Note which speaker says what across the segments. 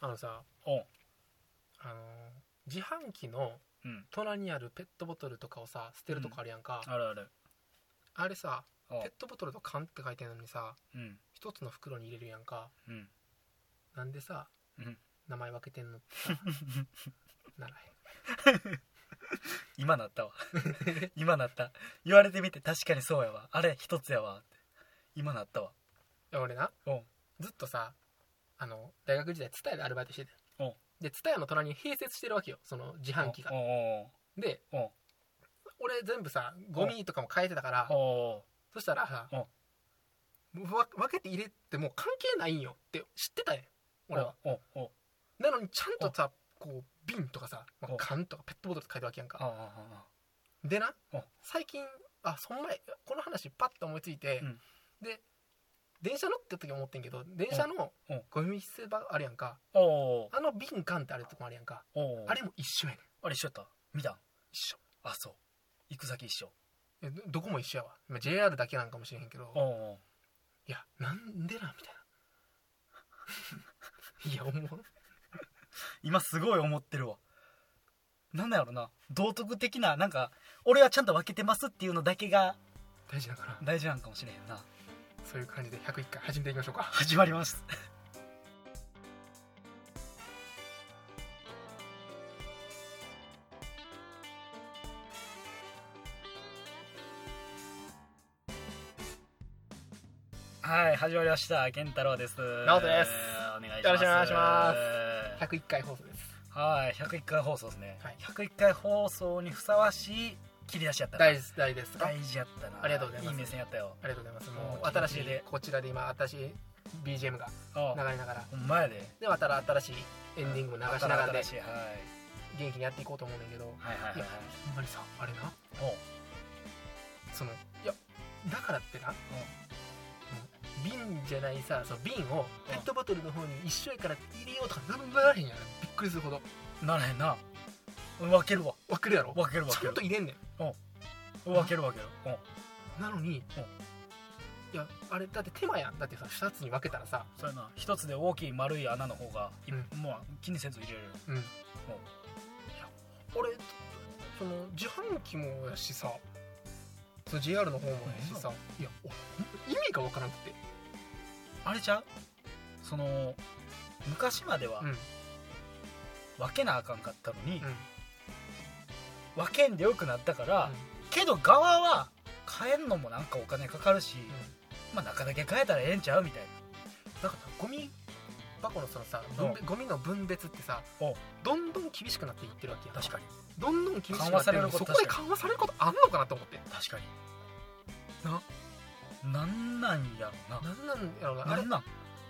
Speaker 1: あのさ
Speaker 2: おう
Speaker 1: あのー自販機の
Speaker 2: うん
Speaker 1: 隣にあるペットボトルとかをさ捨てるとこあるやんか、
Speaker 2: あるある
Speaker 1: あれさ
Speaker 2: お
Speaker 1: ペッ
Speaker 2: う
Speaker 1: トボトルと缶って書いてるのにさ
Speaker 2: うん
Speaker 1: 一つの袋に入れるやんか
Speaker 2: うん
Speaker 1: なんでさ
Speaker 2: うん
Speaker 1: 名前分けてんのって さならへん
Speaker 2: 今なったわ 今なった言われてみて確かにそうやわあれ一つやわって今なったわ
Speaker 1: いや俺な
Speaker 2: おう
Speaker 1: ずっとさあの大学時代 TSUTAYA でアルバイトしてて
Speaker 2: おう
Speaker 1: で TSUTAYA の隣に併設してるわけよその自販機が
Speaker 2: おう
Speaker 1: で
Speaker 2: おう
Speaker 1: 俺全部さゴミとかも変えてたから
Speaker 2: おうおう
Speaker 1: そしたらさ
Speaker 2: お
Speaker 1: もうわ分けて入れてもう関係ないんよって知ってたやん俺は
Speaker 2: おうおう
Speaker 1: なのにちゃんとさこう瓶とかさ、まあ
Speaker 2: お
Speaker 1: 缶とかペットボトルって書いてるわけやん
Speaker 2: ああ
Speaker 1: か
Speaker 2: あ
Speaker 1: でな
Speaker 2: お
Speaker 1: 最近あそんまやこの話パッと思いついて、
Speaker 2: うん
Speaker 1: で電車乗ってた時思ってんけど電車の
Speaker 2: おお
Speaker 1: ゴミ捨て場あるやんか
Speaker 2: あおう
Speaker 1: あの瓶缶ってあるとこもあるやんか
Speaker 2: おう
Speaker 1: あれも一緒やねん
Speaker 2: あれ一緒やった見た
Speaker 1: 一緒
Speaker 2: あそう行く先一緒
Speaker 1: えどどこも一緒やわ今 JR だけなんかもしれへんけど
Speaker 2: おお
Speaker 1: いやなんでなみたいな いや思う
Speaker 2: 今すごい思ってるわなんだろうな道徳的ななんか俺はちゃんと分けてますっていうのだけが
Speaker 1: 大事だから
Speaker 2: 大事なんかもしれへんな
Speaker 1: そういう感じで101回始めていきましょうか
Speaker 2: 始まりますはい始まりました健太郎です
Speaker 1: 直人です
Speaker 2: お願いします
Speaker 1: よろしくお願いします101回放送です
Speaker 2: はい101回放送ですね、
Speaker 1: はい
Speaker 2: 101回放送にふさわしい切り出しやったな
Speaker 1: 大事大事ですかあ
Speaker 2: 大事やったな
Speaker 1: ありがとうございます
Speaker 2: いい目線やったよ
Speaker 1: りがとうございますも
Speaker 2: も
Speaker 1: う
Speaker 2: う
Speaker 1: 新し
Speaker 2: 緊
Speaker 1: い
Speaker 2: 急で
Speaker 1: こちらで今新しい BGM が
Speaker 2: あ
Speaker 1: 流れながら
Speaker 2: ほんまやで
Speaker 1: でまた新しいエンディングも流しながらで
Speaker 2: 新しいはい
Speaker 1: 元気にやっていこうと思うねんだけど
Speaker 2: はいはいは
Speaker 1: い
Speaker 2: いは
Speaker 1: や
Speaker 2: い
Speaker 1: ほんまにさあれな
Speaker 2: おう
Speaker 1: そのいやだからってな瓶じゃないさその瓶をペットボトルの方に一緒やから入れようとかなんもならへんやんびっくりするほど
Speaker 2: ならへんな分けるわ
Speaker 1: 分かるやろ
Speaker 2: 分ける分
Speaker 1: ち
Speaker 2: け
Speaker 1: ゃん
Speaker 2: る
Speaker 1: と入れんね
Speaker 2: 分ける分けるうん
Speaker 1: んなのに
Speaker 2: うん
Speaker 1: いやあれだって手間やんだってさ2つに分けたらさ
Speaker 2: そうやな一つで大きい丸い穴の方が、い
Speaker 1: うん
Speaker 2: もう気にせず入れれる
Speaker 1: うんいや俺その自販機もやしさその JR の方もやしさいや俺意味が分からなくて
Speaker 2: あれちゃうその昔までは
Speaker 1: うんうん
Speaker 2: 分けなあかんかったのに、分けんでよくなったから、けど側は変えんのもなんかお金かかるし、まあ中だけ変えたらええんちゃうみたい
Speaker 1: だ
Speaker 2: な
Speaker 1: からゴミ箱のそのさ分別ゴミの分別ってさ
Speaker 2: お
Speaker 1: どんどん厳しくなっていってるわけやん
Speaker 2: 確かに
Speaker 1: どんどん厳しく
Speaker 2: 緩
Speaker 1: な
Speaker 2: 和
Speaker 1: って
Speaker 2: さ
Speaker 1: る
Speaker 2: れ
Speaker 1: の
Speaker 2: る
Speaker 1: に
Speaker 2: こ
Speaker 1: そ
Speaker 2: と
Speaker 1: こ
Speaker 2: 確か
Speaker 1: で
Speaker 2: に
Speaker 1: 緩和されることあんのかなと思って
Speaker 2: 確かにななんなんやろな
Speaker 1: なんなんやろうなあ
Speaker 2: な
Speaker 1: れ
Speaker 2: んなん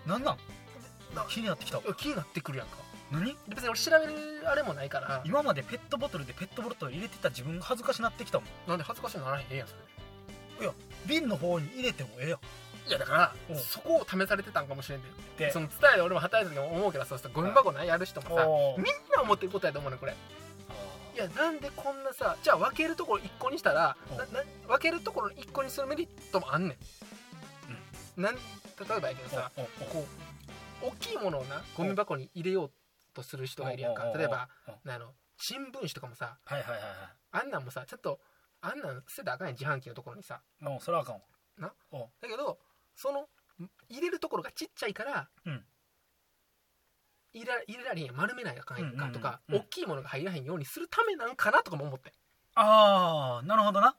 Speaker 2: なんなん
Speaker 1: な
Speaker 2: 気になってきた
Speaker 1: いや気になってくるやんか
Speaker 2: 何
Speaker 1: で別に俺調べるあれもないから
Speaker 2: 今までペットボトルでペットボトル入れてた自分が恥ずかしなってきたもん
Speaker 1: なんで恥ずかしいのならへんやんそれ
Speaker 2: 瓶の方に入れてもええやん
Speaker 1: いやだから
Speaker 2: うん
Speaker 1: そこを試されてたんかもしれんで
Speaker 2: で
Speaker 1: その伝えで俺も働いた時も思うけどそうしたゴミ箱ないやる人もさみんな思ってることやと思うねんこれいやなんでこんなさじゃあ分けるところ1個にしたら
Speaker 2: うん
Speaker 1: なな分けるところ1個にするメリットもあんねんなん例えばやけどさ
Speaker 2: おおお
Speaker 1: こう大きいものをなゴミ箱に入れようとする人がいるやんか
Speaker 2: うん
Speaker 1: 例えば
Speaker 2: うん
Speaker 1: あの新聞紙とかもさ
Speaker 2: はいはいはい
Speaker 1: あんなんもさちょっとあんなん捨てたらあかんやん自販機のところにさ
Speaker 2: はいもうそれはあかんわ
Speaker 1: だけどそのん入れるところがちっちゃいから、
Speaker 2: うん
Speaker 1: 入れら入れられへんやん丸めないがあかんやんかとか、
Speaker 2: うんうんうんうん
Speaker 1: 大きいものが入らへんようにするためなんかなとかも思って
Speaker 2: ああなるほどな、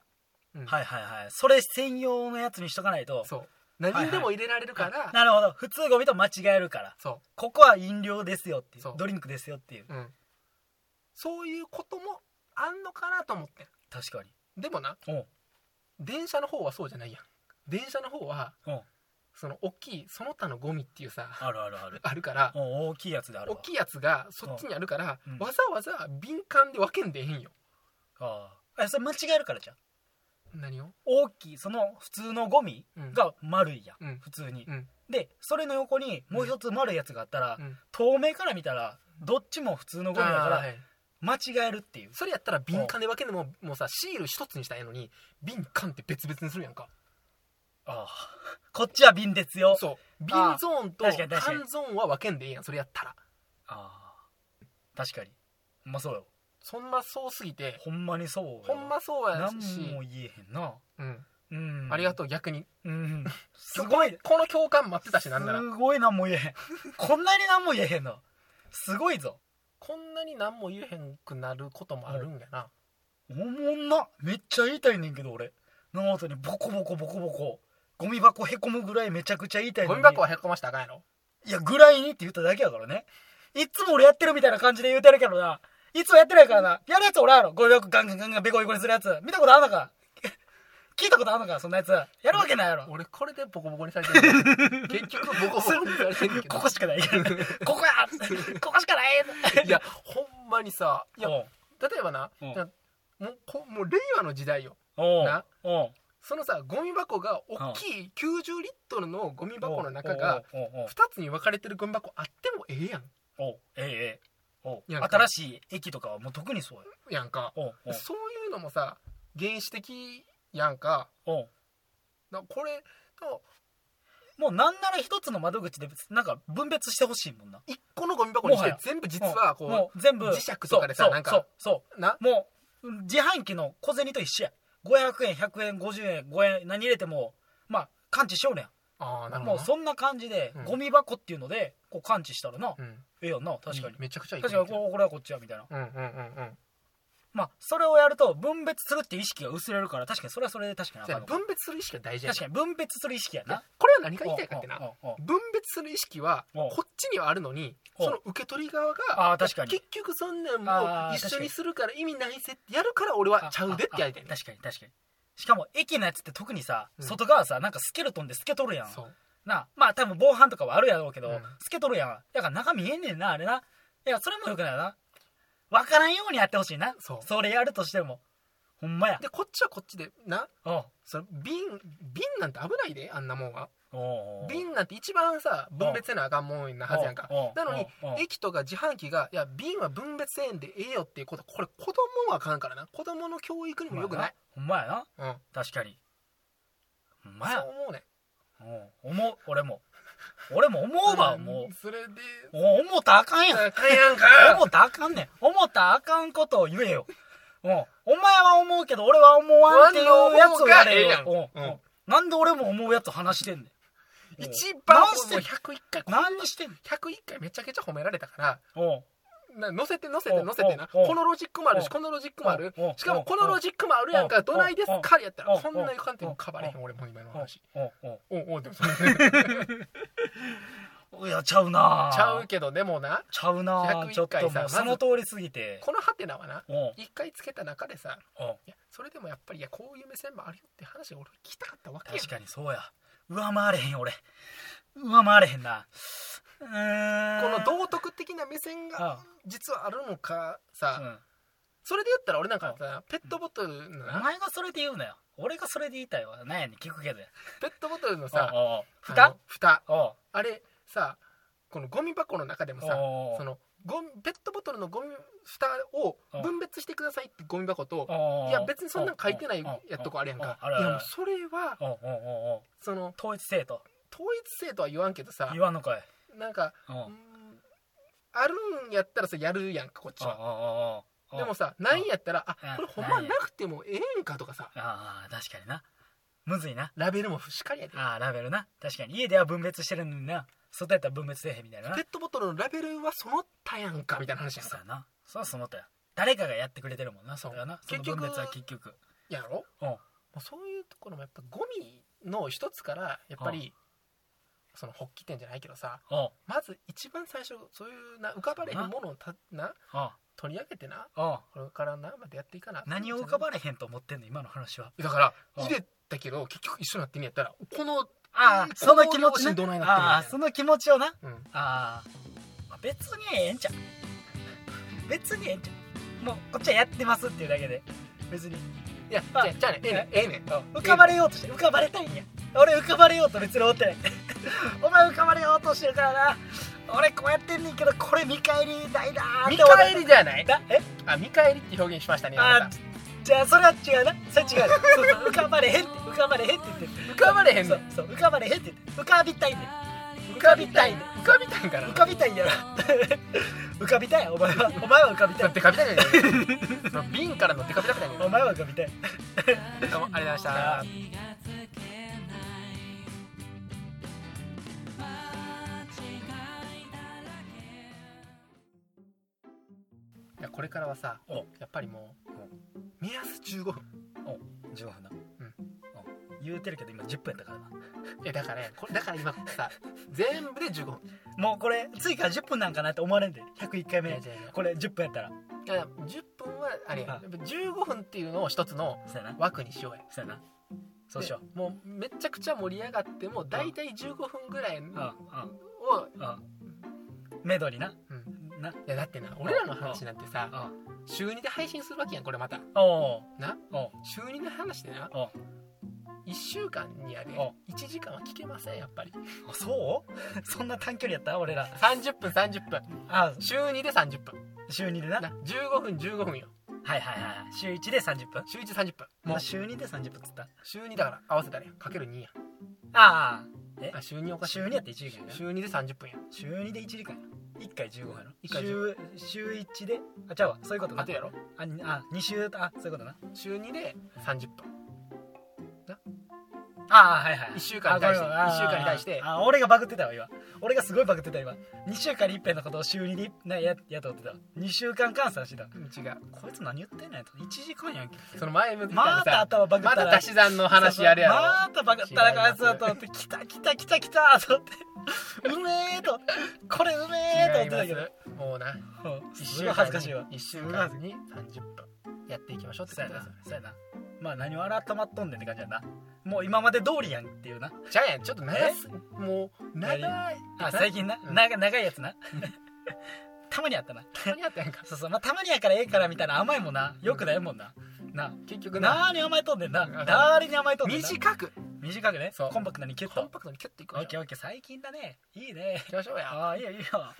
Speaker 1: ん、うん
Speaker 2: はいはいはいそれ専用のやつにしとかないと
Speaker 1: そう何にでも入れられるから、
Speaker 2: なるほど普通ゴミと間違えるから
Speaker 1: そ
Speaker 2: ここは飲料ですよっていう
Speaker 1: そう
Speaker 2: ドリンクですよっていう
Speaker 1: う、うん、そういうこともあんのかなと思って
Speaker 2: 確かに
Speaker 1: んでもな
Speaker 2: おう
Speaker 1: 電車の方はそうじゃないやん電車の方は
Speaker 2: おう
Speaker 1: その大きいその他のゴミっていうさ
Speaker 2: あるあるある
Speaker 1: あるから
Speaker 2: おう大きいやつである
Speaker 1: 大
Speaker 2: わ
Speaker 1: きいやつがそっちにあるから、
Speaker 2: うん
Speaker 1: わざわざ敏感で分けんでええんよ
Speaker 2: ああえそれ間違えるからじゃん
Speaker 1: 何を、
Speaker 2: 大きいその普通のゴミ
Speaker 1: うん
Speaker 2: が丸いやん、
Speaker 1: うん
Speaker 2: 普通に、
Speaker 1: うん
Speaker 2: でそれの横にもう一つ丸いやつがあったら、
Speaker 1: うん
Speaker 2: 透明から見たらどっちも普通のゴミだか
Speaker 1: あーは
Speaker 2: ら
Speaker 1: い
Speaker 2: 間違えるっていう
Speaker 1: それやったら敏感で分けんでももうさシール一つにしたらええのに敏感って別々にするやんか
Speaker 2: ああこっちは瓶ですよ
Speaker 1: そう瓶
Speaker 2: あー
Speaker 1: ゾーンと
Speaker 2: 確かに確かに
Speaker 1: 缶ゾーンは分けんでええやんそれやったら
Speaker 2: ああ確かにほんまそうよ
Speaker 1: そんなそうすぎて
Speaker 2: ほんまにそうよ
Speaker 1: ほんまそうや
Speaker 2: 何
Speaker 1: し
Speaker 2: も言えへんな
Speaker 1: うん
Speaker 2: うん
Speaker 1: ありが
Speaker 2: う
Speaker 1: とう逆に
Speaker 2: うんすごい
Speaker 1: この共感待ってたしなんなら
Speaker 2: すごい何も言えへんこんなに何も言えへんのすごいぞ
Speaker 1: こんなに何も言えへんくなることもあるんやな
Speaker 2: おもんなめっちゃ言いたいねんけど俺生後にボコボコボコボコゴミ箱へこむぐらいめちゃくちゃ言いたいの
Speaker 1: ゴ
Speaker 2: に
Speaker 1: ミ箱はへこましたらあかんやろ
Speaker 2: いやぐらいにって言っただけやからねいっつも俺やってるみたいな感じで言うてるけどないつもやってないからなやるやつおらんやろゴミ箱ガンガンガンガンベコベコにするやつ見たことあんのか聞いたことあんのかそんなやつやるわけないやろ
Speaker 1: 俺これでボコボコにされてる 結局ボコボコにされてるけど
Speaker 2: ここしかないからねここやここしかない
Speaker 1: いやほんまにさいや
Speaker 2: おう
Speaker 1: 例えばな
Speaker 2: うん
Speaker 1: じゃあもうこもう令和の時代よ
Speaker 2: おう
Speaker 1: な
Speaker 2: おう
Speaker 1: そのさゴミ箱が大きい90リットルのゴミ箱の中が
Speaker 2: おうおうおう
Speaker 1: 2つに分かれてるゴミ箱あってもええやん
Speaker 2: おうええええおう
Speaker 1: いやなんか
Speaker 2: 新しい駅とかはもう特にそうや
Speaker 1: やんか
Speaker 2: おうおう
Speaker 1: そういうのもさ原始的やんか
Speaker 2: おう
Speaker 1: なこれの
Speaker 2: もうなんなら一つの窓口でなんか分別してほしいもんな
Speaker 1: 1個のゴミ箱にし
Speaker 2: も
Speaker 1: て
Speaker 2: はや
Speaker 1: 全部実はこう
Speaker 2: もう全部
Speaker 1: 磁石とかでさ
Speaker 2: そう
Speaker 1: なんか
Speaker 2: そうそう
Speaker 1: な
Speaker 2: もう自販機の小銭と一緒や500円100円50円5円何入れてもまあ感知しようね
Speaker 1: ああなる
Speaker 2: ん
Speaker 1: ほど
Speaker 2: もう
Speaker 1: な
Speaker 2: そんな感じで、
Speaker 1: うん
Speaker 2: ゴミ箱っていうのでこう感知したらな、
Speaker 1: うん
Speaker 2: ええやんな確かに、
Speaker 1: めちゃくちゃいい
Speaker 2: 確かにこうこれはこっちやみたいな
Speaker 1: うんうんうんうん
Speaker 2: まあそれをやると分別するっていう意識が薄れるから確かにそれはそれで確かにあ
Speaker 1: じゃあ
Speaker 2: かんのか
Speaker 1: 分別する意識が大事やね
Speaker 2: 確かに分別する意識やな
Speaker 1: これは何が言いたいかってな
Speaker 2: おうおうおう
Speaker 1: 分別する意識は
Speaker 2: おう
Speaker 1: こっちにはあるのに
Speaker 2: おう
Speaker 1: その受け取り側
Speaker 2: あ
Speaker 1: が
Speaker 2: あ確かに
Speaker 1: 結局そんなん
Speaker 2: あ
Speaker 1: も
Speaker 2: ー
Speaker 1: 一緒
Speaker 2: 確か
Speaker 1: に
Speaker 2: に
Speaker 1: するから意味ないせってやるから俺はちゃうでってやりたい
Speaker 2: あ
Speaker 1: ね
Speaker 2: あ確かに確かにしかも駅のやつって特にさ、
Speaker 1: うん
Speaker 2: 外側さなんかスケルトンで透けとるやん
Speaker 1: そう
Speaker 2: なあまあ多分防犯とかはあるやろうけど、
Speaker 1: うん
Speaker 2: 透けとるやんだから中見えんねんなあれないやそれもよくないな分からんようにやってほしいな
Speaker 1: そう
Speaker 2: れやるとしてもほんまや
Speaker 1: でこっちはこっちでな
Speaker 2: おう
Speaker 1: その瓶瓶なんて危ないであんなもんは
Speaker 2: おうおう
Speaker 1: 瓶なんて一番さ分別せなあかんもんなはずやんか
Speaker 2: おう
Speaker 1: なのに
Speaker 2: おうおう
Speaker 1: 駅とか自販機がいや瓶は分別せんでええよっていうことこれ子供はあかんからな子供の教育にもよくない
Speaker 2: ほんまやな
Speaker 1: うん
Speaker 2: 確かにほんま
Speaker 1: そ
Speaker 2: や
Speaker 1: う思うね
Speaker 2: おう思う俺も俺も思うわも
Speaker 1: んそれで
Speaker 2: うおう思ったらあかんやん
Speaker 1: あかんやんか
Speaker 2: 思ったらあかんねん思ったらあかんことを言えようんお前は思うけど俺は思わんっていうやつをやれよ
Speaker 1: 思わんの方がええやん
Speaker 2: うん
Speaker 1: う
Speaker 2: うんんなんで俺も思うやつ話してんねんうん
Speaker 1: 一番
Speaker 2: 何してん
Speaker 1: もう101回
Speaker 2: 何してんの
Speaker 1: 101回めちゃくちゃ褒められたから
Speaker 2: おう
Speaker 1: な乗せて乗せて
Speaker 2: お
Speaker 1: 乗せてな
Speaker 2: お
Speaker 1: このロジックもある
Speaker 2: お
Speaker 1: しこのロジックもある
Speaker 2: お
Speaker 1: しかもこのロジックもあるやんか
Speaker 2: お
Speaker 1: どないですかやったら
Speaker 2: お
Speaker 1: こんな観点もかばれへん
Speaker 2: お
Speaker 1: 俺も今の
Speaker 2: お
Speaker 1: 話
Speaker 2: お
Speaker 1: おおでもそれち
Speaker 2: おいやちゃうな
Speaker 1: ゃうけどでもな
Speaker 2: ちゃうな
Speaker 1: 101
Speaker 2: ちょっともう
Speaker 1: 回さ
Speaker 2: その通りすぎて
Speaker 1: このハテナはな
Speaker 2: おう
Speaker 1: 一回つけた中でさ
Speaker 2: おう
Speaker 1: いやそれでもやっぱりいやこういう目線もあるよって話を俺は聞きたかったわけやん
Speaker 2: 確かにそうや上回れへん俺上回れへんなうーん
Speaker 1: この道徳的な目線が
Speaker 2: あ
Speaker 1: 実はあるのかさ
Speaker 2: うん
Speaker 1: それで言ったら俺なんかさペットボトルの
Speaker 2: お
Speaker 1: な
Speaker 2: 前がそれで言うなよ俺がそれで言いたいわなんやねん聞くけどや
Speaker 1: ペットボトルのさ
Speaker 2: おうおう
Speaker 1: あ
Speaker 2: 蓋
Speaker 1: の蓋
Speaker 2: おう
Speaker 1: あれさこのゴミ箱の中でもさ
Speaker 2: おう
Speaker 1: そのゴミペットボトルのゴミ蓋を分別してくださいってゴミ箱と
Speaker 2: おう
Speaker 1: いや別にそんなん書いてないやっとこあるやんか
Speaker 2: おうおうあ
Speaker 1: い
Speaker 2: る
Speaker 1: や
Speaker 2: あ
Speaker 1: もう
Speaker 2: る
Speaker 1: それは
Speaker 2: おうおうおうおう
Speaker 1: その
Speaker 2: 統一性と
Speaker 1: 統一性とは言わんけどさ
Speaker 2: 言わんのかい
Speaker 1: なんか
Speaker 2: おう
Speaker 1: うーんあるんやったらさやるやんかこっち
Speaker 2: おう
Speaker 1: は
Speaker 2: おうおうおう
Speaker 1: でもさないんやったらあ
Speaker 2: うん
Speaker 1: これほんまなくてもええんかとかさ
Speaker 2: ああ確かになむずいな
Speaker 1: ラベルもしっかりやで
Speaker 2: ああラベルな確かに家では分別してるのにな外やったら分別せえへんみたいなな
Speaker 1: ペットボトルのラベルはその他やんかみたいな話やん
Speaker 2: そう
Speaker 1: か
Speaker 2: やなそうその他や誰かがやってくれてるもんな
Speaker 1: そう
Speaker 2: それはなそ
Speaker 1: 結
Speaker 2: の
Speaker 1: 局
Speaker 2: 分別は結局
Speaker 1: やろ
Speaker 2: うん
Speaker 1: もうそういうところもやっぱゴミの一つからやっぱりその発起点じゃないけどさ
Speaker 2: おう
Speaker 1: まず一番最初そういうな浮かばれへんものをたな
Speaker 2: おう
Speaker 1: 取り上げてな
Speaker 2: おう
Speaker 1: これからなまでやっていかな
Speaker 2: 何を浮かばれへんと思ってんの今の話は
Speaker 1: だから
Speaker 2: うん
Speaker 1: 入れたけど結局一緒になってんねやったらこの
Speaker 2: ああ
Speaker 1: こ
Speaker 2: その気持ち
Speaker 1: 両親
Speaker 2: ね
Speaker 1: どないなってる
Speaker 2: ああその気持ちをな
Speaker 1: うん
Speaker 2: あーまあ別にええんちゃう別にええんちゃうもうこっちはやってますっていうだけで別に
Speaker 1: いや
Speaker 2: まあ
Speaker 1: じゃあじゃあねええねんええねん
Speaker 2: 浮かばれようとして浮かばれたいんや俺浮かばれようと別に思ってない お前浮かばれようとしてるからな俺こうやってんねんけどこれ見返りないなーっ
Speaker 1: 見
Speaker 2: て思う
Speaker 1: 返りじゃない
Speaker 2: だえ
Speaker 1: あ見返りって表現しましたねあな
Speaker 2: あ
Speaker 1: た
Speaker 2: じゃあそれは違うなそれ違うそうそう浮かばれへんって浮かばれへんって言ってる
Speaker 1: 浮かばれへんね
Speaker 2: そ
Speaker 1: ん
Speaker 2: うそう浮かばれへんって言ってる浮かびたいねん
Speaker 1: 浮浮かびたい浮かびたいんかな
Speaker 2: 浮かびたいんやろ 浮かびたいお前はお前は浮かびた
Speaker 1: そう
Speaker 2: い
Speaker 1: デカビタじゃない その瓶からのデカビタみたいな
Speaker 2: お前は浮かびたい
Speaker 1: どうもありがとうございましたいやこれからはさ
Speaker 2: お
Speaker 1: やっぱりもう目安15分
Speaker 2: 15分な、
Speaker 1: うん
Speaker 2: うん言うてるけど今10分やったからな
Speaker 1: えだからねこれだから今さ全部で15分
Speaker 2: もうこれ次から10分なんかなって思われんで101回
Speaker 1: いや
Speaker 2: 目
Speaker 1: いやいや
Speaker 2: これ10分やったら
Speaker 1: いや10分はあれや
Speaker 2: あ
Speaker 1: やっぱ15分っていうのを一つの
Speaker 2: そうやな
Speaker 1: 枠にしようや
Speaker 2: そうやなそうしよ
Speaker 1: でもうめちゃくちゃ盛り上がっても大体15分ぐらいを
Speaker 2: う、うんうんうんメドリな
Speaker 1: うん
Speaker 2: ない
Speaker 1: やだってな俺らの話なんてさ
Speaker 2: あ
Speaker 1: 週2で配信するわけやんこれまた
Speaker 2: おう
Speaker 1: な
Speaker 2: おう
Speaker 1: 週2の話でな
Speaker 2: おう
Speaker 1: 1週間にやで
Speaker 2: お
Speaker 1: 1時間は聞けませんやっぱり
Speaker 2: あそう そんな短距離やった俺ら
Speaker 1: 30分30分
Speaker 2: あ
Speaker 1: 週2で30分
Speaker 2: 週2でな
Speaker 1: な15分15分よ
Speaker 2: はいはいはい週1で30分
Speaker 1: 週1で30分も
Speaker 2: も
Speaker 1: う
Speaker 2: う週2で30分っつった
Speaker 1: 週2だから合わせたらやんかける2や
Speaker 2: あえ
Speaker 1: あ週2お
Speaker 2: あ
Speaker 1: かしい
Speaker 2: 週2やって1時間やな
Speaker 1: 週2で30分や
Speaker 2: 週2で1時間や1回15分やろ
Speaker 1: 一回
Speaker 2: 週週1であじゃあそういうことな
Speaker 1: 待てやろ
Speaker 2: あにあ2週あそういうことな
Speaker 1: 週2で30分
Speaker 2: ああはいはい
Speaker 1: 一週間に対して
Speaker 2: あ
Speaker 1: 一週間に対して
Speaker 2: ああ俺がバグってたわ今俺がすごいバグってた今2週間に一遍のことを週2でなややっとってた2週間換算してた
Speaker 1: 違う
Speaker 2: こいつ何言ってんのやと1時間やんけ
Speaker 1: その前向き
Speaker 2: また頭バグっ
Speaker 1: ま
Speaker 2: たら
Speaker 1: た足し算の話やるやろ
Speaker 2: またバグったらかあいつだと思って来た来た来た来たと思ってうめえと思ってこれうめえと思ってたけど
Speaker 1: 違いますもうな
Speaker 2: うん
Speaker 1: 一
Speaker 2: すごい恥ずかしいわ
Speaker 1: 1週間に30分やっていきましょうって
Speaker 2: そう
Speaker 1: こ
Speaker 2: や
Speaker 1: とで
Speaker 2: なそうやなまあ何を改まっとんねんって感じやなもう今まで通りやんっていうな
Speaker 1: すじゃあやんちょっと長すもう長い
Speaker 2: あ最近な、
Speaker 1: うん
Speaker 2: な長いやつな たまにあったな
Speaker 1: 何やったんやんか
Speaker 2: そうそう、まあ、たまにやからええからみたいな甘いもんなよくないもんな、な
Speaker 1: 結局な
Speaker 2: なーに甘えとんねんな
Speaker 1: うん
Speaker 2: 誰に甘えとんねんな
Speaker 1: 短く
Speaker 2: 短くね
Speaker 1: そう
Speaker 2: コンパクトにキュッ
Speaker 1: コン
Speaker 2: と
Speaker 1: パクトにキュッていく
Speaker 2: オッケーオッケー最近だねいいね
Speaker 1: いきましょうや
Speaker 2: ああいいよいいよ